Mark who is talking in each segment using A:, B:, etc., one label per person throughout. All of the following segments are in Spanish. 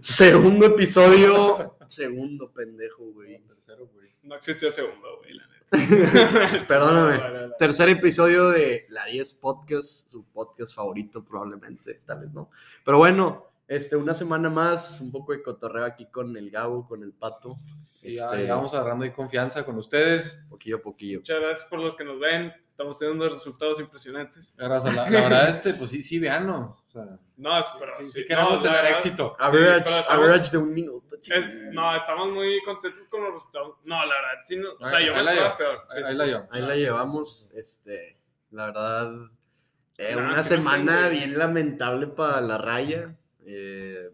A: Segundo episodio. Segundo pendejo, güey.
B: Tercero, güey.
C: No existió el segundo, güey, la neta.
A: Perdóname.
C: No, no, no.
A: Tercer episodio de La 10 Podcast, su podcast favorito probablemente, tal vez no. Pero bueno, este, una semana más, un poco de cotorreo aquí con el Gabo, con el Pato.
B: Sí, ya,
A: Este,
B: ya vamos agarrando ahí confianza con ustedes.
A: Poquillo a poquillo.
C: Muchas gracias por los que nos ven. Estamos teniendo unos resultados impresionantes.
B: Gracias a la, la verdad, este, pues sí, sí, veanos. O sea,
C: No, es- pero
B: sí, sí
C: no,
B: queremos
C: la
B: tener
C: verdad,
B: éxito.
A: Average,
C: pero estamos-
A: average de un minuto,
C: es-
A: chingada.
C: no, estamos muy contentos con los resultados. No, la verdad, sí, no, o sea,
B: Ahí-
C: yo me
B: ahí la
C: estaba
B: llevo.
C: peor.
B: Ahí,
C: Sí,
B: ahí
C: sí.
B: la llevamos.
A: Ahí la llevamos, este, la verdad, eh,
C: Nah,
A: una
C: sí nos
A: semana
C: tengo, güey.
A: bien lamentable para la raya, eh,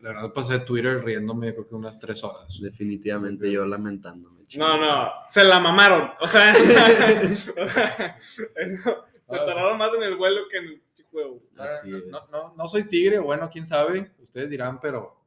B: La verdad, pasé Twitter riéndome, creo que unas tres horas.
A: definitivamente yo lamentándome.
C: No,
A: chinga.
C: no, se la mamaron. O sea, eso, se
B: Ah,
C: tardaron más en el vuelo que en el juego.
A: Así
B: no,
A: es.
B: no, no, no soy tigre, bueno, quién sabe, ustedes dirán, pero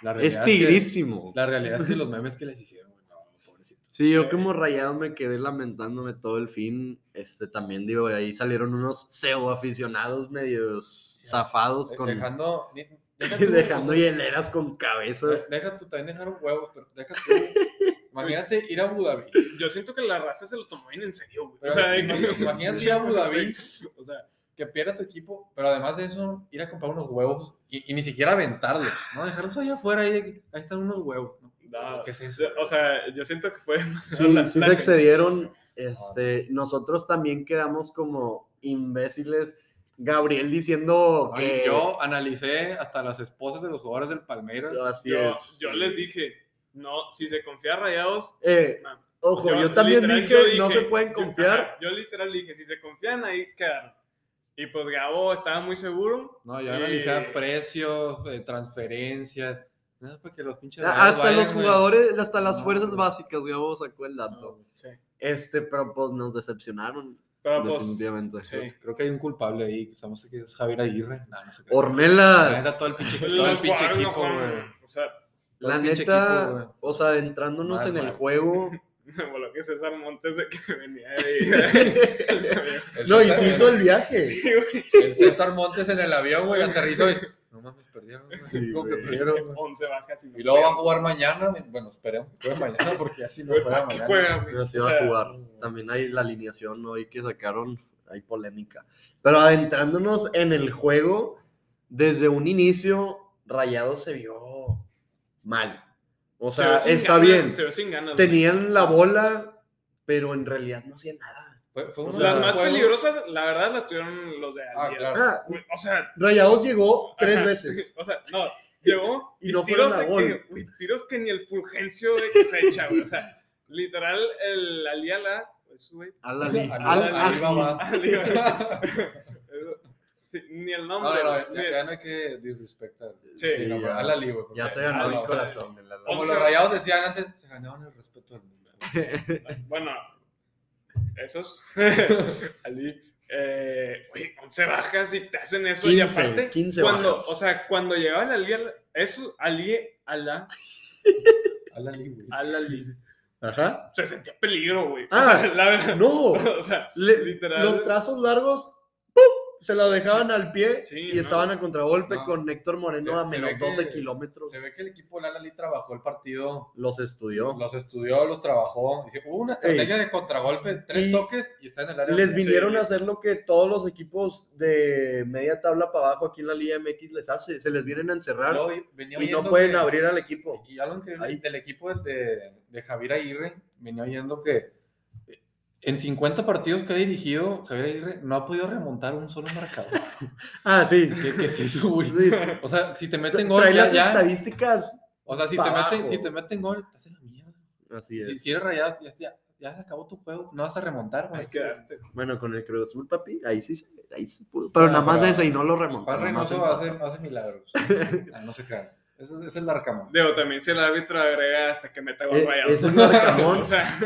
B: la realidad
A: Es
B: que-
A: tigrísimo.
B: la realidad es que los memes que les hicieron, güey, no, pobrecito.
A: Sí, yo como rayado me quedé lamentándome todo el fin. Este también, digo, ahí salieron unos pseudo aficionados medios
B: Ya.
A: zafados con
B: Dejando, ni- deja tú,
A: dejando
B: o sea,
A: hieleras con
B: de-
A: cabezas.
B: Deja tú, también dejaron huevos, pero deja tú. Imagínate ir a Abu Dhabi.
C: Yo siento que la raza se lo tomó bien en serio, güey.
B: Pero
C: o sea, de
B: ima-
C: que-
B: imagínate ir a Abu Dhabi,
C: O sea,
B: que pierda tu equipo, pero además de eso, ir a comprar unos huevos y, y ni siquiera aventarlos, ¿no? Dejarlos allá afuera, ahí, de- ahí están unos huevos, ¿no?
C: no,
B: ¿Qué es eso?
C: o sea, yo siento que fue demasiado
A: Sí,
C: la-
A: sí
C: la-
A: se excedieron. Este, nosotros también quedamos como imbéciles. Gabriel diciendo
B: Ay,
A: que
B: Yo analicé hasta las esposas de los jugadores del Palmeiras.
A: así
C: Yo,
A: es.
C: yo les dije, no, si se confía a Rayados,
A: Eh,
C: no.
A: ojo, yo, también
C: literal,
A: dije,
C: yo
A: no se
C: dije-
A: pueden
C: yo-
A: confiar.
C: ajá, Yo, literal dije, si se confían, ahí quedaron. Y pues Gabo estaba muy seguro.
B: No, yo
C: Sí.
B: analicé precios, eh, transferencias, nada más para que los pinches. rayados
A: Ah, hasta
B: vayan,
A: los
B: güey.
A: jugadores, hasta las
B: No,
A: fuerzas
B: güey.
A: básicas, Gabo sacó el dato.
B: No,
A: Este, pero pues nos decepcionaron.
C: Pero pues,
A: definitivamente.
C: sí.
B: Creo que hay un culpable ahí, que sabemos que es Javier Aguirre. No, no sé qué. La neta,
A: Ornelas.
B: todo el pinche,
C: Los
B: todo el pinche
C: jugadores no
B: equipo,
C: jugaron,
B: güey.
C: O sea,
B: todo
A: La
B: el pinche
A: neta,
B: equipo, güey.
A: o sea, adentrándonos
B: Mal,
A: en el
B: mal.
A: juego.
C: me voló que César Montes de que venía de.
B: El
A: no, y
B: César-
A: se hizo el viaje.
C: sí, güey.
B: El César Montes en el avión, güey, aterrizó y. No mames, perdieron, güey.
A: Sí,
B: ¿Cómo que
A: güey.
B: perdieron, güey?
C: 11 bajas y no
B: Y luego va a
C: juega.
B: jugar mañana. güey. Bueno, esperemos que juegue mañana porque así no
C: Güey,
B: juega
C: ¿para qué
B: mañana.
C: juega, güey?
A: No se
C: O
A: iba
C: sea,
A: a jugar. También hay la alineación hoy que sacaron, hay polémica. Pero adentrándonos en el juego, desde un inicio, Rayado se vio mal. O
C: se
A: sea,
C: ve sin
A: está
C: ganas,
A: bien.
C: Se ve sin ganas. güey.
A: Tenían la bola, pero en realidad no hacían nada.
B: Fue, fue uno de
C: Las
B: los
C: más
B: juegos-
C: peligrosas, la verdad, las tuvieron los de
B: Ah,
C: Alier.
B: claro.
A: Ah,
C: Güey, O sea,
A: Rayados llegó tres
C: ajá.
A: veces.
C: O sea, no, llegó
A: Y no fueron
C: tiros,
A: a
C: de
A: gol.
C: que, güey, tiros que ni el Fulgencio de que se echa, güey. O sea, literal, el Aliala, pues, güey.
A: Al Ali.
B: Al-
A: Al-
B: al-
A: al-
B: Alibaba.
C: Alibaba. Eso- eh, sí, ni el
B: No,
C: nombre.
B: no,
C: güey,
B: no,
C: ni
B: ya,
C: el-
B: ya no hay que disrespectar.
C: Sí,
B: no,
A: ya.
B: pero a la liga, güey, porque-
A: Ya se ganó
B: no,
A: mi
B: o sea,
A: corazón. el Alaba.
B: Como los rayados decían antes, se ganaron el respeto del mundo.
C: Bueno, esos. Ali. Eh, güey, 11 bajas y te hacen eso. y
A: 15,
C: aparte,
A: 15
C: cuando,
A: bajas.
C: o sea, cuando llegaba el Aliala, eso, Ali, Ala,
B: A la liga, güey.
C: Ala, Ali,
A: Ajá.
C: se sentía peligro, güey.
A: Ah,
C: o sea, la verdad.
A: No.
C: O sea,
A: Le-
C: Literal.
A: Los trazos largos ¡pum! se la dejaban al pie
C: Sí,
A: y
C: no.
A: estaban a contragolpe
B: No.
A: con Héctor Moreno
B: Se-
A: a
B: se
A: menos
B: ve que-
A: 12 kilómetros.
B: Se ve que el equipo de la Lali trabajó el partido,
A: Los estudió.
B: los estudió, los trabajó. Dice, Hubo una estrategia de contragolpe, tres
A: Y-
B: toques y está en el área.
A: Les
B: de-
A: vinieron a hacer lo que todos los equipos de media tabla para abajo aquí en la Liga MX les hace. Se les vienen a encerrar
B: Luego venía
A: y no
B: oyendo
A: pueden
B: que-
A: abrir al equipo.
B: Y algo increíble
A: Ahí.
B: del equipo de, de Javier Aguirre, venía oyendo que eh, en 50 partidos que ha dirigido, Javier Aguirre no ha podido remontar un solo marcador.
A: Ah, sí.
B: ¿Qué, qué es eso, güey?
A: Sí.
B: O sea, si te meten gol,
A: Trae
B: ya-
A: las
B: ya.
A: estadísticas.
B: O sea, si te,
A: pa'
B: meten,
A: abajo.
B: si te meten gol, te hacen la mierda.
A: Así
B: Si,
A: es.
B: si eres rayado, ya, ya, ya se acabó tu juego, no vas a remontar. con
C: Ahí
B: este-
C: quedaste.
A: Bueno, con el Cruz Azul, papi, ahí sí se, ahí sí pudo. Pero nada más
B: Ah,
A: ese y no lo remontaron.
B: Juan
A: nada más
B: Reynoso hace,
A: empataron.
B: hace milagros. Ah, no se crean. Ese es, es el Arcamón.
C: Digo, también si el árbitro agrega hasta que meta gol
A: Eh,
C: rayado.
A: es un marcamón.
C: o sea,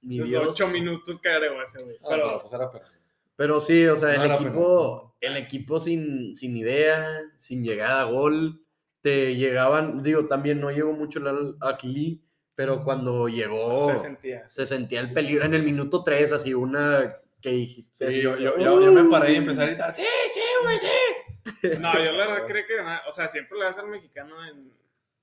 A: Ni
C: esos
A: Dios.
C: ocho minutos que agregó ese güey.
B: Ah,
C: Pero,
B: pero, pues, era perfecto.
A: Pero sí, o sea,
B: No
A: el
B: era
A: equipo, el equipo sin, sin idea, sin llegada a gol, te llegaban, digo, también no llegó mucho el Al Ahly, pero cuando llegó
C: se
A: se,
C: sentía.
A: sentía el peligro en el minuto 3, así una que dijiste.
B: Sí,
A: así,
B: yo, yo, yo- yo me paré y
A: "Uh".
B: empecé a gritar, ¡sí, sí, güey, sí!
C: No, yo la verdad creo que nada. O sea, siempre le vas al mexicano en.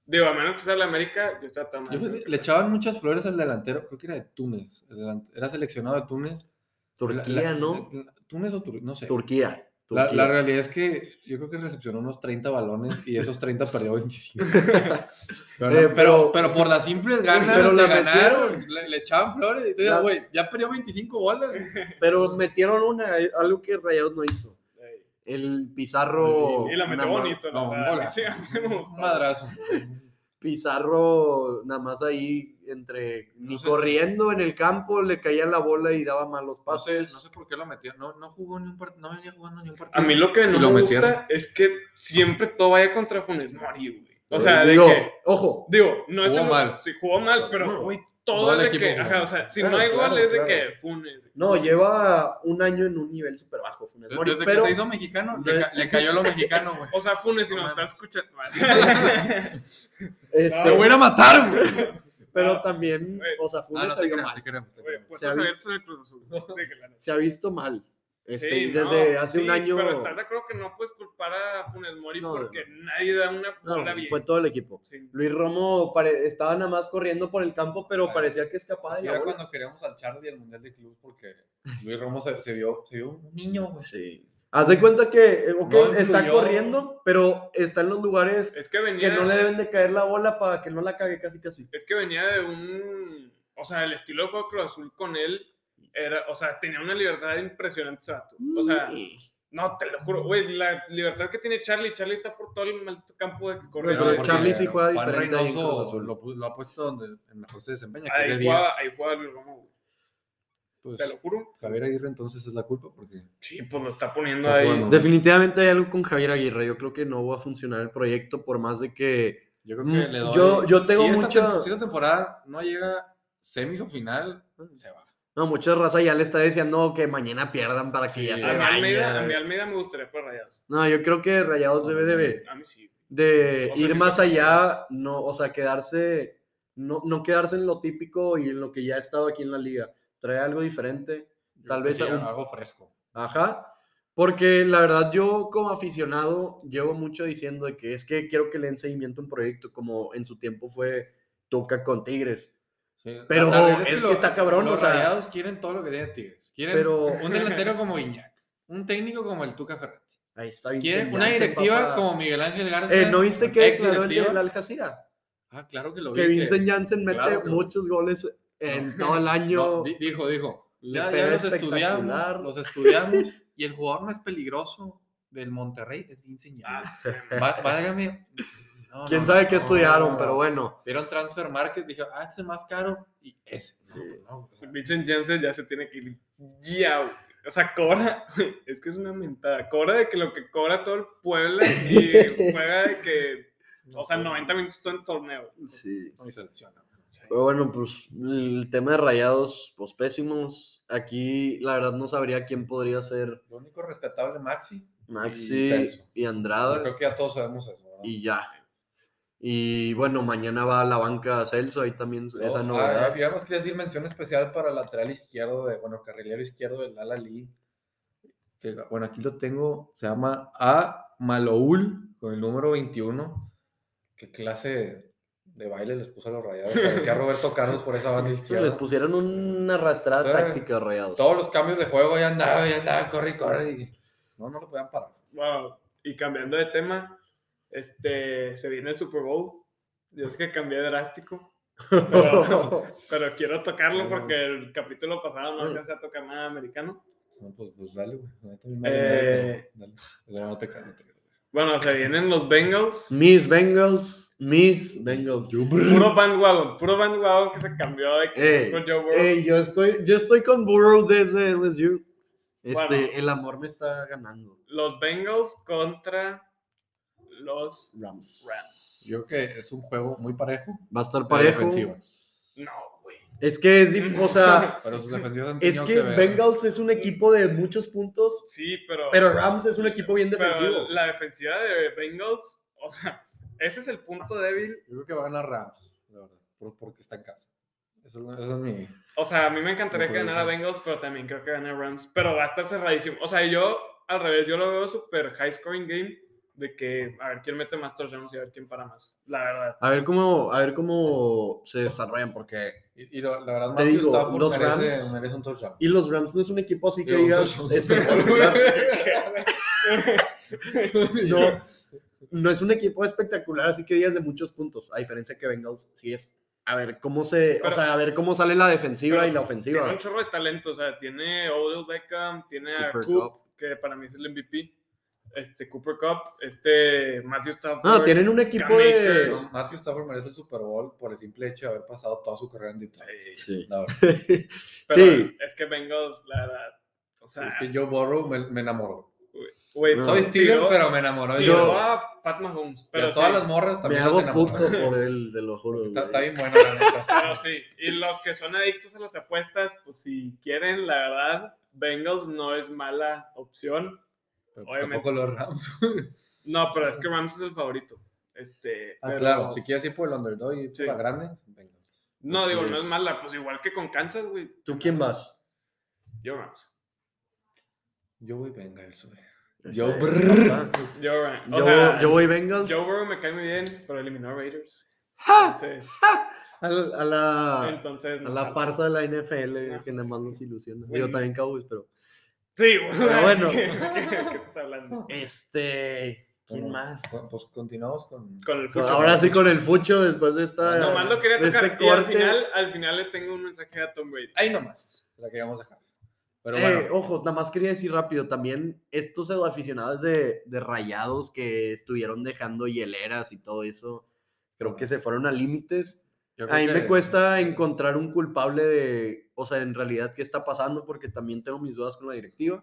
C: Digo, a menos que sea la América, yo estaba tan
B: Yo creo
C: mal.
B: que le echaban muchas flores al delantero, creo que era de Túnez. el delan- era seleccionado de Túnez. La-
A: Turquía,
B: la-
A: ¿no?
B: la- Túnez o Turquía, no sé.
A: Turquía.
B: La, la
A: Turquía.
B: realidad es que yo creo que recepcionó unos 30 balones y esos 30 perdió 25. Pero, no,
A: Eh,
B: pero,
A: pero-
B: pero por las simples ganas
A: pero
B: de
A: la
B: ganar,
A: metieron.
B: le, le echaban flores. Y te
A: La-
B: digo, güey, ya perdió 25 bolas.
A: Pero metieron una, algo que Rayados no hizo.
C: Ey.
A: El Pizarro.
C: Y la metió
A: nada más-
C: bonito, la
B: No, un
C: verdad. A mí
B: golazo.
C: sí, a mí sí me
B: Un
C: gustó.
B: madrazo.
A: Pizarro nada más ahí entre ni
B: No sé.
A: corriendo en el campo le caía la bola y daba malos
B: No sé, no
A: pases.
B: sé por qué lo metió. No, no jugó ni un partido. No venía jugando ni un
C: A
B: partido.
C: mí lo que
B: Y
C: no
B: lo
C: me
B: metieron.
C: gusta es que siempre todo vaya contra Funes Mori, güey. O
A: Sí,
C: sea, de
A: digo,
C: que.
A: ojo,
C: Digo, no es.
B: Jugó
C: el-
B: mal.
C: Sí, jugó mal,
B: No,
C: pero, güey,
B: todo
C: todo
B: el
C: es de
B: equipo
C: que.
B: jugó
C: Ajá,
B: mal.
C: o sea, si
A: Claro,
C: no hay gol
A: claro,
C: es de
A: claro.
C: que Funes.
A: no, lleva un año en un nivel súper bajo Funes
B: Desde
A: Mori,
B: desde
A: pero
B: que se hizo mexicano, le,
A: de-
B: ca- le cayó lo mexicano, güey.
C: O sea, Funes, si
B: No
C: nos está
B: mames.
C: escuchando.
A: este,
B: Te
C: Ah,
B: voy a ir a matar, güey.
A: pero también,
C: Güey.
A: o sea,
B: No,
A: Funes
B: no
A: se
B: te
A: vio
B: creas,
A: mal,
B: te creas, te
C: Güey,
B: creas.
A: Se ha
C: puertas
A: visto.
C: abiertas en el Cruz Azul. De que la neta.
A: se ha visto mal. Este,
C: Sí,
A: y desde
C: no,
A: hace un
C: sí,
A: año
C: Pero estás de acuerdo que no puedes culpar a Funes Mori
A: No,
C: porque nadie da una
A: no,
C: bola bien.
A: fue todo el equipo.
C: Sí.
A: Luis Romo pare- estaba nada más corriendo por el campo, pero
B: Ah.
A: parecía que escapaba de
B: Y
A: la
B: era
A: bola.
B: cuando queríamos al Charlie al Mundial de Club porque Luis Romo se, se vio, se vio un niño, güey.
A: Sí. Haz de cuenta que eh, ok,
B: No
A: está
B: influyó.
A: corriendo, pero está en los lugares
C: Es que venía.
A: que no le deben de caer la bola para que no la cague casi casi.
C: Es que venía de un. O sea, el estilo de juego de Cruz Azul con él. Era, o sea, tenía una libertad impresionante, ese vato. O sea, no, te lo juro, güey, la libertad que tiene Charlie. Charlie está por todo el maldito campo de que corre.
A: Pero
B: No,
A: el
B: porque
A: Charlie sí juega
B: Juan
A: diferente ahí en
B: Reynoso
A: Cruz Azul.
B: lo, pu- lo ha puesto donde el mejor se desempeña, que es de
C: Ahí
B: 10.
C: juega, ahí juega Luis Romo, güey.
B: Pues,
C: Te lo juro.
B: Javier Aguirre entonces es la culpa porque
C: Sí, pues lo está poniendo
B: Está
C: ahí.
B: jugando.
A: Definitivamente hay algo con Javier Aguirre. Yo creo que no va a funcionar el proyecto por más de que
B: yo creo que
A: Mm,
B: le doy...
A: yo- yo tengo
B: si esta
A: mucha-
B: tem- si esta temporada no llega semis o final, se va.
A: no mucha raza ya le está diciendo que mañana pierdan para que
B: Sí.
A: ya
C: A
A: se
C: mi Almeida, a mi
A: vaya.
C: Almeida me gustaría para Rayados.
A: No, yo creo que Rayados debe de,
C: A mí sí.
A: de
C: O sea,
A: ir
C: yo
A: más
C: creo que-
A: allá, no, o sea, quedarse no, no quedarse en lo típico y en lo que ya ha estado aquí en la liga. Trae algo diferente.
B: Yo
A: Tal
B: creo
A: vez
B: que ah, ya
A: un-
B: algo fresco.
A: Ajá. Porque la verdad yo como aficionado llevo mucho diciendo de que es que quiero que le den seguimiento a un proyecto como en su tiempo fue Toca con Tigres.
B: Sí, la-
A: Pero
B: la realidad
A: es que está cabrón,
B: Los
A: o sea.
B: rayados quieren todo lo que tiene Tigres. Quieren
A: Pero
B: un delantero como Iñak, un técnico como el Tuca Ferretti.
A: ahí está bien.
B: Quieren una directiva como Miguel Ángel Garza.
A: Eh, ¿No viste que
B: ex
A: declaró el
B: directiva.
A: del Al Jazeera?
B: Ah, claro que lo vi.
A: Que
B: que-
A: Vincent Janssen mete
B: claro que lo-
A: muchos goles en todo el
B: no,
A: año.
B: di- dijo, dijo.
A: Le
B: Ya, ya
A: pega
B: los estudiamos,
A: espectacular.
B: los estudiamos. y el jugador más peligroso del Monterrey es Vincent
C: Ah,
B: Janssen.
C: sí,
B: Va- válgame. No,
A: Quién
B: no,
A: sabe
B: no,
A: qué
B: no,
A: estudiaron,
B: no.
A: pero bueno.
B: Vieron Transfer Market, dije, ah, este es más caro. Y ese. No,
A: Sí.
B: pues no, o sea,
C: Vincent Janssen ya se tiene que ir. Ya, güey. O sea, cobra. Es que es una mentada. Cobra de que lo que cobra todo el Puebla y juega de que. O sea,
B: no, pues.
C: 90 minutos todo el torneo.
A: Sí.
B: No, y selecciona.
A: Pero bueno, pues el tema de rayados, pues pésimos. Aquí la verdad no sabría quién podría ser
B: Lo único rescatable, Maxi.
A: Maxi
B: Celso.
A: y,
B: Yo
A: Andrada
B: creo que ya todos sabemos eso. ¿verdad?
A: y ya. Y bueno, mañana va a la banca Celso, ahí también
B: No,
A: esa
B: ah,
A: novedad. Pues,
B: digamos, quería decir mención especial para el lateral izquierdo, de, bueno, carrilero izquierdo del Lala Lee. Que, bueno, aquí lo tengo, se llama A. Maloul, con el número 21. Qué clase de baile les puso a los rayados. Parecía Roberto Carlos por esa banda
A: Pero Les
B: izquierda.
A: pusieron una arrastrada
B: Entonces,
A: táctica de rayados.
B: Todos los cambios de juego ya andaban, ya andaban, corre y corre. y- No, no lo podían parar.
C: Wow. Y cambiando de tema, este, se viene el Super Bowl. Yo sé que cambié drástico, pero, pero quiero tocarlo porque el capítulo pasado no
A: Ah.
C: alcancé a tocar nada americano.
B: No, pues, pues dale, güey. No, también vale madre,
C: Eh,
B: pero dale. No, no te creas, no te creas.
C: bueno, se vienen los Bengals.
A: Miss Bengals, Miss Bengals.
C: Puro bandwagon, puro bandwagon que se cambió de que
A: Mm. Ey,
C: con Joe Burrow.
A: Ey, yo estoy, yo estoy con Burrow desde LSU. Este,
C: Bueno.
A: el amor me está ganando.
C: Los Bengals contra los.
A: Rams.
C: Rams.
B: Yo creo que es un juego muy parejo.
A: Va a estar
B: pero
A: parejo.
B: defensivo.
C: No, güey.
A: Es que es, dif- o sea,
B: Pero sus defensivos han
A: es
B: tenido
A: que
B: ver.
A: Bengals es un equipo de muchos puntos,
C: Sí, pero.
A: pero Rams es un equipo bien
C: pero
A: defensivo.
C: la defensiva de Bengals, o sea, ese es el punto débil.
B: Yo creo que van a ganar Rams, la verdad, por- porque está en casa. Eso, eso es mi.
C: O sea, a mí me encantaría que
B: Ojo,
C: ganara
B: ojo.
C: Bengals, pero también creo que gana Rams. Pero va a estar cerradísimo. O sea, yo al revés, yo lo veo super high scoring game. de que a ver quién mete más touchdowns y a ver quién para más. La verdad.
A: A ver cómo, a ver cómo se desarrollan, porque.
B: Y, y lo- la verdad,
A: Te
B: Matthew
A: digo,
B: Stafford
A: los
B: merece,
A: Rams-
B: merece un touchdown.
A: Y los Rams no es un equipo así que
B: Digo, un
A: digas
B: touchdown.
A: espectacular. No, no es un equipo espectacular, así que digas de muchos puntos, a diferencia que Bengals sí es. A ver cómo se, o
C: Pero-
A: sea, a ver cómo sale la defensiva
C: pero
A: y la
C: Tiene
A: ofensiva.
C: un chorro de talento, o sea, tiene Odell Beckham, tiene a
A: Cooper
C: Coop, que para mí es el MVP, este Cooper Cup, este Matthew Stafford.
A: No, tienen un equipo de
C: Akers.
B: Matthew Stafford merece el Super Bowl por el simple hecho de haber pasado toda su carrera en Detroit.
C: Sí,
A: Sí.
B: La verdad.
C: Pero
A: Sí.
C: es que Bengals, la verdad, o sea,
B: Es que yo Burrow me, me enamoró.
C: güey,
A: No.
B: Soy
C: tiró-
B: Steeler, pero me enamoró. de
C: tiró
B: Burrow.
C: a Pat Mahomes,
B: y
C: pero
B: a
C: sí,
B: todas las morras
A: Me
B: también las
A: hago
B: enamoró.
A: puto por él, te lo juro.
B: Está,
A: güey.
B: está bien buena la neta.
C: pero Ah, sí. Y los que son adictos a las apuestas, pues si quieren, la verdad, Bengals no es mala opción.
B: Pero
C: Obviamente.
B: Tampoco los Rams.
C: No, pero es que Rams es el favorito. Este,
B: Ah,
C: pero-
B: claro. Si quieres ir por el underdog y por
C: Sí.
B: la grande, venga.
C: No,
A: Así
C: digo, no
A: es.
C: es mala, pues igual que con Kansas, güey.
A: ¿Tú quién vas?
C: Yo Rams.
B: Yo voy Bengals, güey.
A: Ese,
B: Yo,
A: papá.
C: Yo Rams. O
A: Este, yo,
C: sea,
A: yo voy Bengals.
C: Joe Burrow me cae muy bien, pero eliminó a Raiders.
A: ¡Ja!
C: Entonces,
A: Al- a, la,
C: entonces
A: Ah, a
C: no.
A: la farsa de la NFL
C: No.
A: que nada más nos ilusiona.
C: Güey.
A: Yo también Cowboys, pero
C: Sí, güey.
A: Pero bueno.
C: ¿Qué, qué estás hablando?
A: este, ¿quién
B: bueno,
A: más?
B: Pues, pues continuamos con.
C: Con el
A: Con-
C: fútbol.
A: Pues Ahora sí con el fucho después de esta.
C: Nomás lo quería
A: de
C: tocar.
A: este
C: y al
A: corte.
C: final, al final le tengo un mensaje a Tom Brady.
B: Ahí nomás. La queríamos dejar. Pero
A: Eh,
B: bueno.
A: ojo, nada más quería decir rápido también estos pseudoaficionados de, de rayados que estuvieron dejando hieleras y todo eso, creo que se fueron a límites.
B: yo creo
A: A mí me
B: que-
A: cuesta encontrar un culpable de, o sea, en realidad qué está pasando porque también tengo mis dudas con la directiva.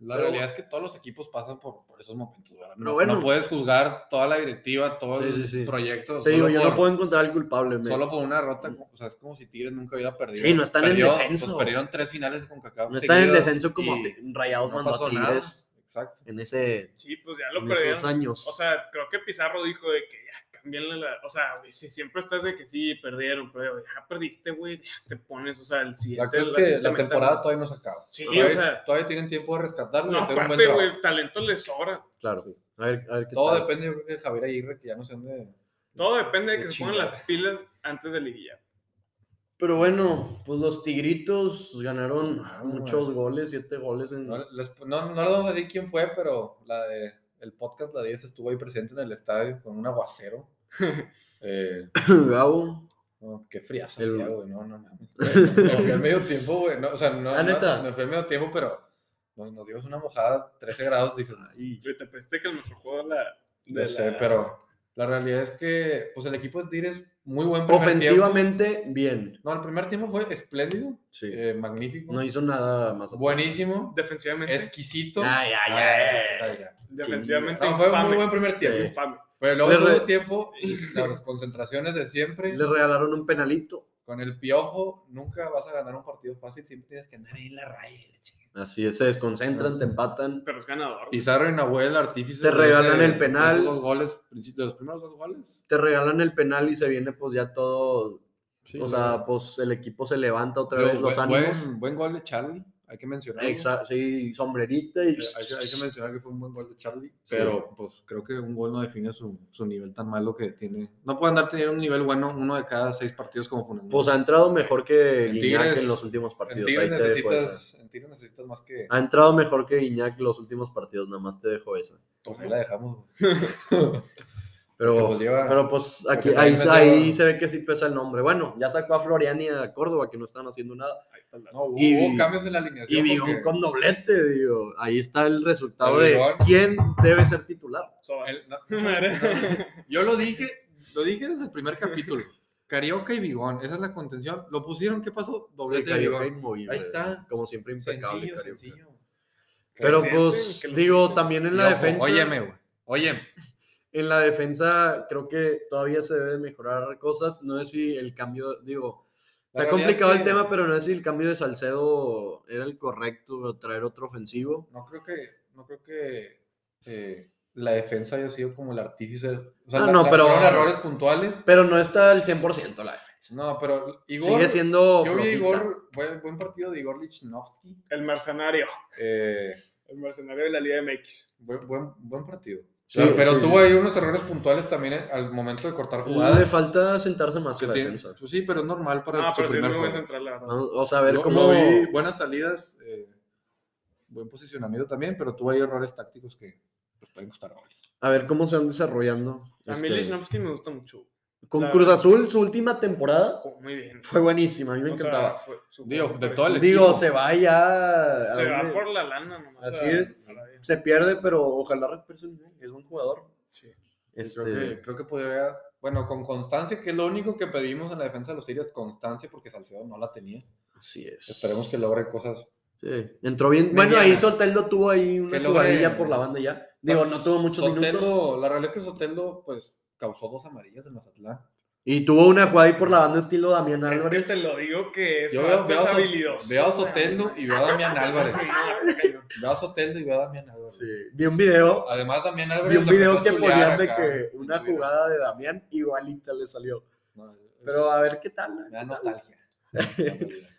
B: La
A: Pero-
B: realidad es que todos los equipos pasan por, por esos momentos. ¿verdad?
A: Pero
B: No,
A: bueno.
B: no puedes juzgar toda la directiva, todo
A: Sí,
B: el
A: sí, sí.
B: proyecto.
A: Te digo,
B: solo
A: yo
B: por-
A: no puedo encontrar al culpable. me-
B: Solo por una derrota, o sea, es como si Tigres nunca hubiera perdido.
A: Sí, no están en
B: Perdió,
A: descenso.
B: pues, perdieron tres finales con Cacao.
A: no están en
B: seguidas
A: descenso como
B: y
A: te- Rayados
B: no
A: mandó a
B: pasó nada.
A: Tigres
B: Exacto.
A: en, ese,
C: Sí, pues ya lo
A: en esos
C: perdieron.
A: años.
C: O sea, creo que Pizarro dijo de que ya cambian la. O sea, güey, si siempre estás de que sí, perdieron, pero ya perdiste, güey, ya te pones, o sea, el
B: La
C: siguiente.
B: cosa es que la
C: siguiente
B: temporada todavía no se acaba.
C: Sí,
B: Todavía,
C: o sea.
B: todavía tienen tiempo de rescatarlo y
C: No,
B: hacer un buen
C: aparte,
B: trabajo.
C: güey, talento les sobra.
A: claro. A ver, a ver qué
B: Todo
A: tal.
B: depende, yo creo que de Javier Aguirre, que ya no sé dónde.
C: Todo depende de
B: Qué
C: que se pongan
B: chingada.
C: las pilas antes de liguilla.
A: Pero bueno, pues los Tigritos ganaron ah, muchos goles, siete goles en...
B: No, les, no, no les vamos a decir quién fue, pero la de, el podcast La 10 estuvo ahí presente en el estadio con un aguacero. Eh,
A: Gabo.
B: no, qué friazo
A: El-
B: hacía, güey. No, no, no. Me fui al medio tiempo, güey. No, o sea, no,
A: Ah,
B: no,
A: ¿neta?
B: me fui al medio tiempo, pero nos, nos dimos una mojada, 13 grados, dices.
A: Y
C: Güey, te parece que el mejor juego de la.
B: No
C: de
B: sé,
C: la-
B: pero la realidad es que pues el equipo de Tigres muy buen primer tiempo.
A: Ofensivamente, bien.
B: No, el primer tiempo fue espléndido,
A: Sí.
B: eh, magnífico,
A: no hizo nada más.
B: buenísimo,
C: Defensivamente.
B: exquisito.
A: Ay, ay,
B: Ah,
A: ay.
B: ya.
C: defensivamente.
B: No, Ah, fue un
C: infame,
B: muy buen primer tiempo.
C: infame.
B: Pero luego
A: Le
B: el segundo
A: re-
B: tiempo, las concentraciones de siempre,
A: Le regalaron un penalito.
B: con el piojo, nunca vas a ganar un partido fácil, siempre tienes que andar ahí en la raya. y la chingada.
A: Así es, se desconcentran, te empatan.
C: Pero es ganador.
B: Pizarro y Nahuel, artífices.
A: Te
B: de
A: regalan el
B: de
A: penal.
B: esos dos goles, de los primeros dos goles.
A: Te regalan el penal y se viene pues ya todo.
B: Sí,
A: o
B: güey.
A: sea, pues el equipo se levanta otra
B: Luego,
A: vez los
B: buen,
A: ánimos.
B: Buen, buen gol de Charlie, hay que mencionarlo.
A: Exa- sí, sombrerita y...
B: Eh, Hay que, hay que mencionar que fue un buen gol de Charlie,
A: Sí.
B: pero pues creo que un gol no define su, su nivel tan malo que tiene. No puede andar teniendo un nivel bueno uno de cada seis partidos como Funes. Mori.
A: Pues ha entrado mejor que
B: En
A: Guiñac
B: Tigres-
A: en los últimos
B: en
A: partidos.
B: Tigres
A: ahí te dejo esa. Ah,
B: necesitas, en Tigres necesitas más que...
A: Ha entrado mejor que Iñak los últimos partidos, nada más te dejo esa.
B: Pues ahí la dejamos.
A: Pero
B: Porque, pues, lleva-
A: pero, pues, aquí,
B: porque
A: ahí,
B: realmente-
A: ahí se ve que sí pesa el nombre. Bueno, ya sacó a Florian y a Córdoba, que no están haciendo nada.
C: Ahí está el dato.
B: No, hubo,
A: Y-
B: hubo cambios en la
A: Y
B: alineación.
A: Bigón
B: porque
A: con doblete, digo. Ahí está el resultado
B: El
A: de
B: Bigón.
A: quién debe ser titular.
C: Sobra.
B: el- no, no, yo lo dije, lo dije desde el primer capítulo. Carioca y Bigón, esa es la contención. Lo pusieron, ¿qué pasó?
A: El
B: Doblete de
A: Carioca
B: Bigón.
A: inmovible.
B: Ahí está.
A: Como siempre, impecable.
B: Sencillo,
A: Carioca.
B: sencillo.
A: Pero
C: Que sienten,
A: pues,
C: que lo
A: digo,
C: sienten.
A: también en
B: Y
A: la
B: ojo,
A: defensa.
B: Óyeme, güey. Óyeme.
A: En la defensa, creo que todavía se debe mejorar cosas. No sé si el cambio, digo,
B: La
A: Está
B: realidad es
A: complicado el
B: que
A: tema, pero no sé si el cambio de Salcedo era el correcto, o traer otro ofensivo.
B: No creo que, no creo que eh, la defensa haya sido como el artífice. O sea,
A: Ah,
B: la-
A: no,
B: la-
A: pero-
B: fueron errores puntuales.
A: Pero no está al 100% la defensa.
B: No, pero Igor.
A: Sigue siendo
B: yo vi a
A: flojita.
B: Igor, buen, buen partido de Igor Lichnowsky.
C: El mercenario.
B: Eh,
C: El mercenario de la Liga MX.
B: buen, buen, buen partido.
A: Sí,
B: Claro, pero
A: sí,
B: tuvo
A: sí.
B: ahí unos errores puntuales también eh, al momento de cortar
A: Le
B: jugadas.
A: falta sentarse más
B: que
A: en la
B: tiene-
A: defensa.
B: pues sí, pero es normal para
C: Ah,
B: su
C: pero sí es
B: primer
C: muy buen
B: juego.
C: central, la verdad.
A: ¿no? O sea, a ver
B: Lo-
A: cómo
B: lo
A: vi.
B: vi, buenas salidas, eh, buen posicionamiento también, pero tuvo ahí errores tácticos que pues, pueden costar goles.
A: A ver cómo se van desarrollando.
C: A mí
A: este,
C: Lichnowsky me gusta mucho.
A: con
C: la-
A: Cruz Azul, su última temporada
C: Jugó Muy bien.
A: fue buenísima. A mí me
C: O sea,
A: encantaba.
C: fue- su
B: Digo,
C: juego
B: de
C: fue-
B: todo el
A: Digo,
B: equipo.
A: se va ya. ¿a
C: Se va
A: dónde?
C: por la lana nomás.
A: Así
C: a-
A: es.
C: a la vez.
A: Se pierde, pero ojalá recupere su nivel, Es buen jugador.
C: Sí.
A: Este,
B: Creo, que, creo que podría, bueno, con constancia, que es lo único que pedimos en la defensa de los Tigres, constancia, porque Salcedo no la tenía.
A: Así es.
B: Esperemos que logre cosas.
A: Sí, entró bien. Bueno, ahí
B: Medianas.
A: Soteldo tuvo ahí una
B: Que logre-
A: jugadilla por la banda ya. Digo, no tuvo muchos minutos.
B: Soteldo, la realidad es que Soteldo, pues, causó dos amarillas en Mazatlán.
A: Y tuvo una jugada ahí por la banda estilo Damián
C: Es que
A: Álvarez.
C: te lo digo que es,
B: Yo veo, veo, a, Sot-
C: habilidoso.
B: veo a Soteldo y veo a Damián Álvarez. Veo a Soteldo y veo a Damián Álvarez.
A: Sí. Vi un video,
B: Además, Damián Álvarez.
A: vi un
B: lo
A: video
B: empezó a
A: que
B: chulear
A: ponían de
B: acá
A: que
B: en
A: una
B: Twitter.
A: jugada de Damián igualita le salió.
B: No, es-
A: Pero a ver qué tal. ¿eh?
B: me da nostalgia. en realidad.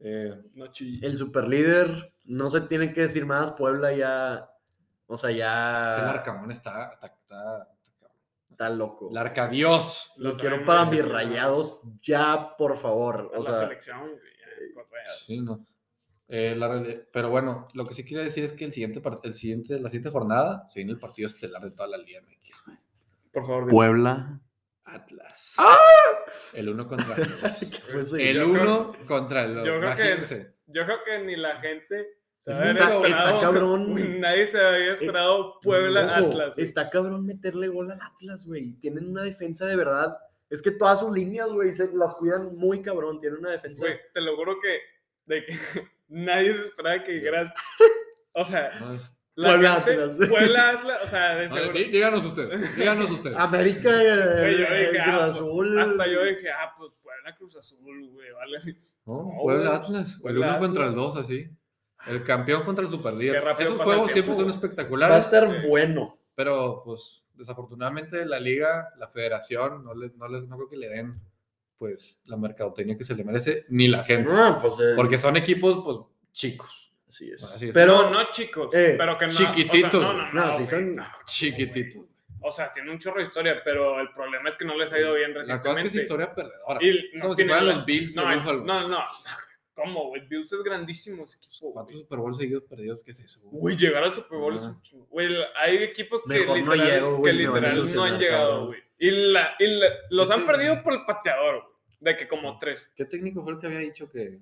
B: Eh,
C: No chilles.
A: El superlíder, no se tiene que decir más. Puebla ya, o sea,
B: ese
A: ya
B: Larcamón está. está, está- está-
A: está loco.
B: Larcadios.
A: Lo
C: traen
A: quiero para mis
C: merecido.
A: rayados ya, por favor.
C: A
A: O
C: la
A: sea,
C: selección, güey, ya, con Rayados.
B: Sí, no. Eh, la realidad- pero bueno, lo que sí quiero decir es que el siguiente, part- el siguiente, la siguiente jornada se viene el partido estelar de toda la Liga MX.
C: Por favor, dime.
A: Puebla.
B: Atlas.
A: ¡Ah!
B: El uno contra el dos.
A: ¿Qué fue eso?
B: El
C: Yo
B: uno contra el dos.
C: yo creo que-
B: imagínense.
C: Yo creo que ni la gente se
A: Es
C: había
A: que está-
C: esperado.
A: está cabrón.
C: güey, Nadie se había esperado Puebla
A: Ojo,
C: Atlas. güey.
A: Está cabrón meterle gol al Atlas, güey. Tienen una defensa de verdad. Es que todas sus líneas, güey, se las cuidan muy cabrón. Tienen una defensa.
C: Güey, te lo juro que, de que nadie se esperaba que dijeras. O sea,
B: No,
C: la
A: Puebla
C: gente-
A: Atlas.
C: Puebla Atlas. O sea, de
B: no,
C: seguro.
B: dí- díganos ustedes. Díganos ustedes.
A: América,
C: Güey, yo dije,
A: eh, Cruz
C: ah,
A: Azul.
C: Hasta yo dije, ah, pues Puebla Cruz Azul, güey, vale así.
B: No,
C: No,
B: Puebla
C: güey.
B: Atlas. El
C: Puebla
B: uno
C: Atlas.
B: contra el dos, así. El campeón contra el
C: Qué
B: superlíder.
C: rápido
B: Esos
C: pasa el
B: juegos siempre
C: tiempo,
B: son
C: güey. "Ah,
A: Va a
B: espectaculares,
A: estar bueno.
B: pero pues desafortunadamente la liga, la federación, no, les, no, les, no creo que le den pues la mercadotecnia que se le merece, ni la gente.
A: No, pues. eh,
B: Porque son equipos pues chicos,
A: Así es.
B: Así es.
A: Pero.
C: no, no chicos,
A: eh,
C: pero que no.
B: chiquititos,
C: O sea, no, no,
A: güey.
C: no,
A: No, sí
C: güey,
A: son
C: no,
B: chiquititos.
C: güey. O sea, tiene un chorro de historia, pero el problema es que no les ha ido bien
B: La cosa es que
C: recientemente.
B: es historia perdedora.
C: Y
B: Es
C: no
B: como si
C: tiene
B: fueran
C: la-
B: los Bills de
C: No,
B: Buffalo.
C: no, no. ¿Cómo, güey? Bills es grandísimo ese equipo. güey.
B: ¿Cuántos Super Bowl seguidos perdidos? ¿Qué es eso? güey?
C: Uy, llegar al Super Bowl es
B: Ah.
C: un chingo. Güey, hay equipos que
A: Mejor no
C: literal,
A: llego, güey,
C: que
A: me van a
C: literal no
A: ilusionar,
C: han llegado,
A: cabrón.
C: güey. Y, la, y la- los han
B: Este-
C: perdido por el pateador, güey. De que como tres.
B: ¿Qué técnico fue el que había dicho que,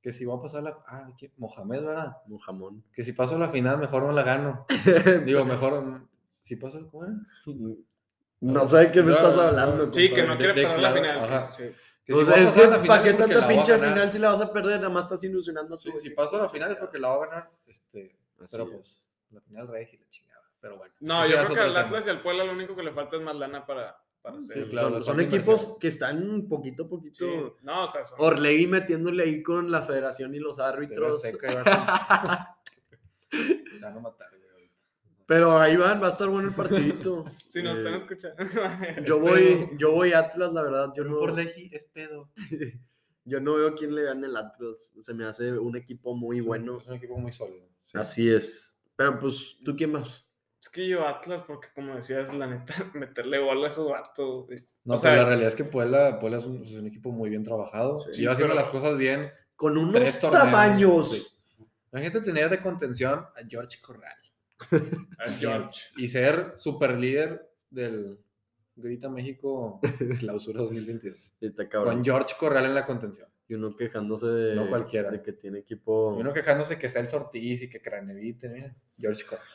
B: que si va a pasar la... Ah, ¿quién? Mohamed, ¿verdad?
A: Un jamón.
B: Que si paso a la final, mejor no la gano. Digo, mejor... mm, Si paso el... ¿Cómo era?
A: no sé de qué me
B: No,
A: estás
B: no,
A: hablando.
B: no,
C: Sí, que
A: compadre.
C: no
B: de-
C: quiere perder la
B: declaró-
C: final.
B: ajá.
C: Sí.
B: Que
A: Pues
B: si voy a
A: es
B: pasar
A: que,
B: a la final
A: ¿para qué
B: es porque
A: tanta
B: la voy a
A: pinche
B: ganar.
A: final si la vas a perder? Nada más estás ilusionando a
B: Sí,
A: tu
B: si
A: equipo.
B: paso a la final es porque la va a ganar. Este,
A: Así
B: pero
A: es.
B: pues, la final regia y la chingada. Pero bueno.
C: No,
B: ese
C: yo
B: ya es
C: creo que al
B: otro tema.
C: Atlas y al Puebla lo único que le falta es más lana para, para hacer.
A: Sí,
B: claro,
A: eh, son-
B: les
A: son
B: falta
A: equipos
B: inversión.
A: que están poquito a
C: Sí.
A: poquito.
C: No, o sea, son-
A: Orlegui metiéndole ahí con la federación y los
B: Pero
A: árbitros.
B: Azteca iba a- La van a matar, güey, ahorita.
A: Pero ahí van, va a estar bueno el partidito.
C: si nos
A: Eh,
C: están escuchando.
A: Yo voy, yo voy Atlas, la verdad. Yo
B: Pero por
A: no,
B: Leji es pedo.
A: yo no veo quién le gane el Atlas. Se me hace un equipo muy bueno.
B: Es un equipo muy sólido. sí.
A: Así es. Pero pues, ¿tú quién más?
C: es que yo Atlas, porque como decías, la neta, meterle gol a esos vatos. güey.
B: No,
C: O
B: pero
C: sea-
B: la realidad es que Puebla, Puebla es, un, es un equipo muy bien trabajado.
A: Sí,
B: Sí, Lleva haciendo
C: pero-
B: las cosas bien.
A: Con unos
B: Tres torneos,
A: tamaños.
B: sí. La gente tenía de contención a George Corral.
C: A George.
B: Y ser super líder del Grita México Clausura 2022.
A: Está
B: Con
A: cabrón.
B: George Corral en la contención.
A: Y uno quejándose de,
B: No cualquiera.
A: de que tiene
B: Y
A: equipo.
B: Uno quejándose que sea el Ortiz y que Cranevite, mira, George Corral.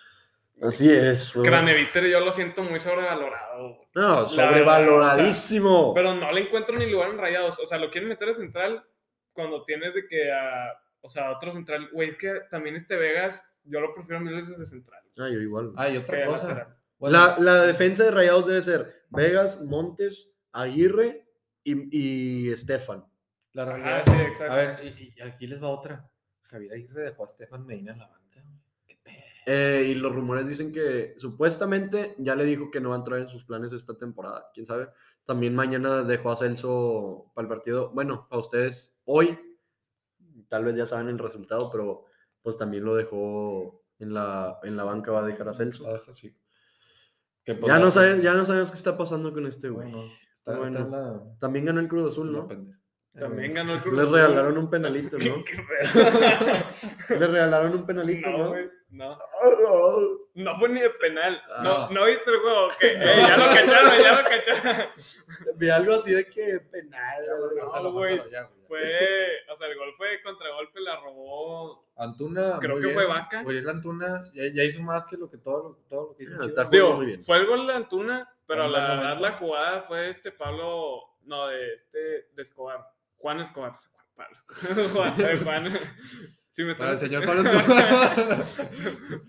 A: Así es. güey.
C: Craneviter yo lo siento muy sobrevalorado. güey.
A: No, sobrevaloradísimo.
C: Pero no le encuentro ni lugar en rayados. O sea, lo quieren meter a central cuando tienes de que a. O sea, a otro central. Güey, es que también este Vegas, yo lo prefiero mil veces de central.
A: Ah, yo igual.
B: Ah, y
C: Que
B: otra
C: de
B: cosa.
C: lateral.
B: bueno,
A: La, la defensa de Rayados debe ser Vegas, Montes, Aguirre y, y Estefan.
B: la realidad
C: Ah,
B: es
C: sí, exacto.
B: A ver, y, y aquí les va otra. Javier Aguirre dejó a Estefan Medina en la banca. Qué pedo.
A: Eh, y los rumores dicen que supuestamente ya le dijo que no va a entrar en sus planes esta temporada. ¿Quién sabe? También mañana dejó a Celso para el partido. Bueno, para ustedes hoy. Tal vez ya saben el resultado, pero pues también lo dejó en la, en la banca, va a dejar a Celso.
B: Ah, sí. Que, pues,
A: Ya
B: la-
A: no, sabe- ya no sabemos qué está pasando con este güey.
B: Bueno, está- está
A: Bueno.
B: la-
A: También ganó el Cruz Azul,
B: la
A: ¿no?
B: pendeja. Eh,
C: También ganó el Cruz
A: Les
C: Azul.
A: regalaron un penalito, ¿no?
C: Qué pedo.
A: Les regalaron un penalito,
C: No,
A: ¿no?
C: güey, no.
A: Oh, oh.
C: No fue ni de penal.
B: Ah.
C: No, no viste el juego. que ya lo cacharon, ya lo cacharon.
A: Vi algo así de que penal. güey.
B: Pásalo, pásalo,
C: güey.
B: ya, güey, ya.
C: Fue, o sea, el gol fue contragolpe, la robó.
B: Antuna.
C: Creo
B: muy
C: que
B: bien.
C: fue Vaca.
B: Uriel Antuna ya, ya hizo más que lo que todo lo, todo lo que hizo.
A: Ah,
B: Chivas.
A: está jugando
C: Digo,
A: muy bien.
C: fue el gol de Antuna, pero
B: Fue un
C: la
B: buen
C: verdad
B: momento.
C: la jugada fue este Pablo, no, de este, de Escobar. Juan Escobar. Pablo Escobar. Juan, de Juan. Sí, me
B: Para el
C: están-
B: señor Pablo Escobar.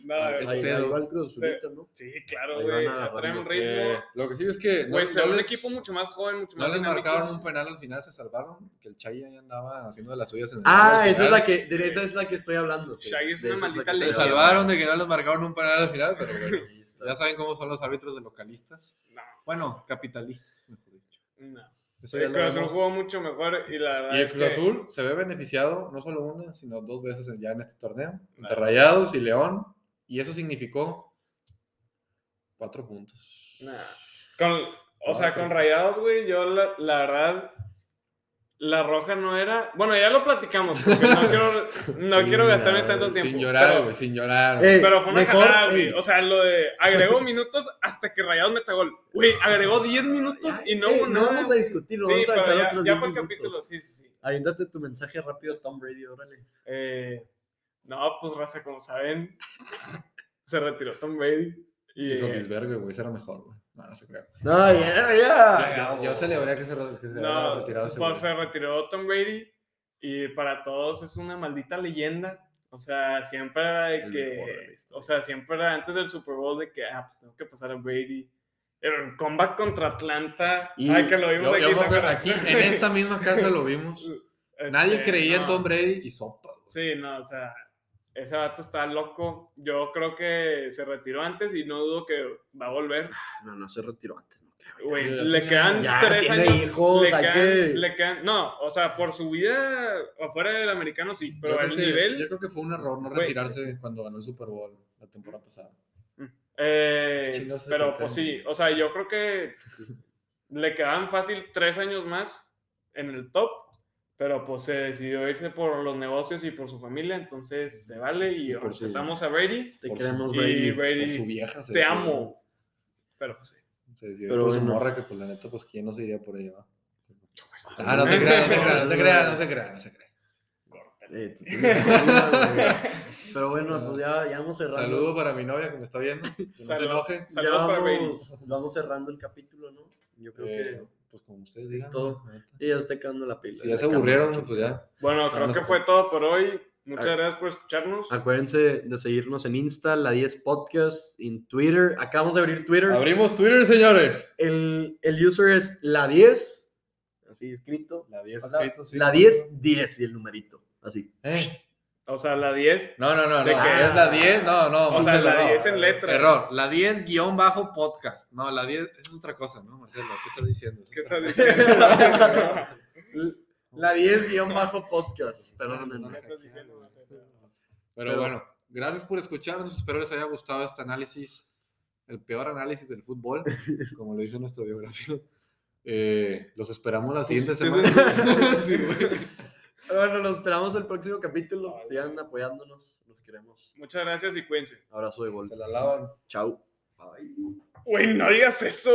C: No, güey,
B: Es
A: Ahí,
B: pedo.
A: ahí va el Cruz Azulito, ¿no?
C: Sí, claro,
A: Ahí
C: güey.
A: van agarrando,
C: Trae un
B: Eh,
C: ritmo.
B: lo que sí es que
C: Güey,
B: no
C: será un
B: les-
C: equipo mucho más joven, mucho
B: no
C: más
B: les
C: dinámico.
B: marcaron un penal al final, se salvaron. Que el Chay ahí andaba haciendo de las suyas. En el juego
A: Ah,
B: al
A: esa es
B: final.
A: la que, de esa es la que estoy hablando. sí.
C: Shaggy es
A: De esa
C: una
A: la
C: maldita
A: que
B: Se
A: estoy
C: leyenda.
A: hablando.
B: salvaron de que no les marcaron un penal al final, pero bueno.
A: Ahí está.
B: Ya saben cómo son los árbitros de localistas.
C: No,
B: Bueno, capitalistas, mejor dicho.
C: no.
B: Eso ya
C: El
B: lo
C: Cruz Azul
B: vemos.
C: jugó mucho mejor y la verdad.
B: Y el
C: es
B: Cruz
C: que-
B: Azul se ve beneficiado no solo una, sino dos veces ya en este torneo, entre
C: Claro.
B: Rayados y León, y eso significó cuatro puntos.
C: Nah. Con, o sea,
B: Cuatro.
C: con rayados, güey, yo la, la verdad. La roja no era. Bueno, ya lo platicamos, porque no quiero, no
A: Sí,
C: quiero gastarme
A: la-
C: tanto tiempo.
B: Sin llorar,
C: pero-
B: güey, sin llorar.
A: Eh,
C: Pero fue una
A: Mejor,
C: jalada, güey.
A: ey.
C: O sea, lo de agregó minutos hasta que Rayados meta gol. Güey, agregó 10 minutos
A: Ya,
C: y no
A: eh,
C: hubo
A: No
C: nada.
A: vamos a discutirlo,
C: sí,
A: vamos a
C: pero
A: sacar
C: ya,
A: otros
C: ya
A: 10
C: fue el
A: minutos.
C: capítulo, sí, sí, sí.
A: Aviéntate tu mensaje rápido, Tom Brady, órale.
C: Eh, no, pues raza, como saben, se retiró Tom Brady. Y,
B: Y
C: eh,
B: Rodisberger, güey, ese era mejor, güey. No, no se crea.
A: No, ya, ya.
B: Ah, Yo- Yo celebraría que se, re- que se haya
C: no,
B: retirado ese
C: pues
B: güey.
C: se retiró Tom Brady y para todos es una maldita leyenda. O sea, siempre era de
B: El mejor de la
C: que,
B: historia.
C: o sea, siempre era antes del Super Bowl de que, ah, pues tengo que pasar a Brady. Pero el comeback contra Atlanta,
B: Y
C: ay, que lo vimos
B: yo-
C: aquí.
B: yo me
C: ¿te
B: acuerdo,
C: acuerdas?
B: aquí, en esta misma casa lo vimos.
C: Este,
B: Nadie creía en
C: no.
B: Tom Brady y sopa, güey.
C: Sí, no, o sea, ese vato está loco. Yo creo que se retiró antes y no dudo que va a volver.
A: No, no se retiró antes, no creo.
C: Güey,
B: Ya
C: le
B: tiene-
C: quedan
A: ya
C: tres
A: tiene
C: años.
A: hijos,
C: le,
A: hay
C: quedan,
A: que-
C: le quedan- no, o sea, por su vida afuera del americano sí, pero
B: Yo creo
C: el
B: que-
C: nivel.
B: Yo creo que fue un error no
C: Güey.
B: retirarse cuando ganó el Super Bowl la temporada pasada.
C: eh,
B: Chingados se
C: pero
B: contaron.
C: pues sí, o sea, yo creo que le quedan fácil tres años más en el top, pero pues se decidió irse por los negocios y por su familia, entonces se vale y
A: Por su-
C: respetamos a Brady.
A: Te
B: Por
A: queremos,
C: y
A: Brady.
C: Brady-
B: Por su vieja. se
C: Te
B: decidió-
C: amo. Pero pues sí.
B: Se decidió
A: Pero
B: por su
A: bueno.
B: morra que, pues, la neta, pues, ¿quién no se iría por ella, va? Ah, no te creas, no te creas, no te creas, no te creas, no te creas.
A: Eh, tú tienes problemas, güey. Pero bueno, pues ya, ya vamos cerrando.
B: Saludo para mi novia que me está viendo. Que no se
C: Saludo.
B: enoje.
A: Ya
C: Saludos para Brady.
A: vamos, vamos cerrando el capítulo, ¿no? Yo creo
B: Eh, pues como ustedes digan.
A: todo.
B: la neta.
A: que. Y ya está quedando la pila.
B: Si ya
A: La
B: se
A: cámara.
B: aburrieron, pues ya.
C: Bueno,
B: no
C: creo que
B: sé.
C: fue todo por hoy. Muchas
A: Ah.
C: gracias por escucharnos.
B: Ah.
A: Acuérdense de seguirnos en Insta, la 10 Podcast, en Twitter. Acabamos de abrir Twitter.
B: Abrimos Twitter, señores.
A: El, el user es la 10, así escrito.
B: La 10
A: O sea,
B: escrito, sí.
A: la 10, 10 y el numerito, así.
B: Eh,
C: O sea, la 10.
B: No, no, no, no.
C: ¿De qué?
B: Es la 10, no, no.
C: O sea, la
B: no.
C: 10 en letras.
B: Ah, Error, la 10 guión bajo podcast. No, la 10 es otra cosa, ¿no, Marcelo? ¿Qué estás diciendo?
C: ¿Qué estás diciendo?
A: La 10 guión bajo podcast,
C: ¿Qué
A: perdónenme.
C: estás diciendo, Marcelo?
B: Pero
A: Pero-
B: bueno, gracias por escucharnos. Espero les haya gustado este análisis, el peor análisis del fútbol, como lo dice nuestro biógrafo. Eh, los esperamos la siguiente
C: Pusiste
B: semana.
C: eso en-
B: Sí, güey.
A: Pero bueno, nos esperamos el próximo capítulo. Sigan apoyándonos, los queremos.
C: Muchas gracias y cuídense.
A: Abrazo de gol.
B: Se la lavan.
A: Chao. Bye.
C: Güey, no digas eso,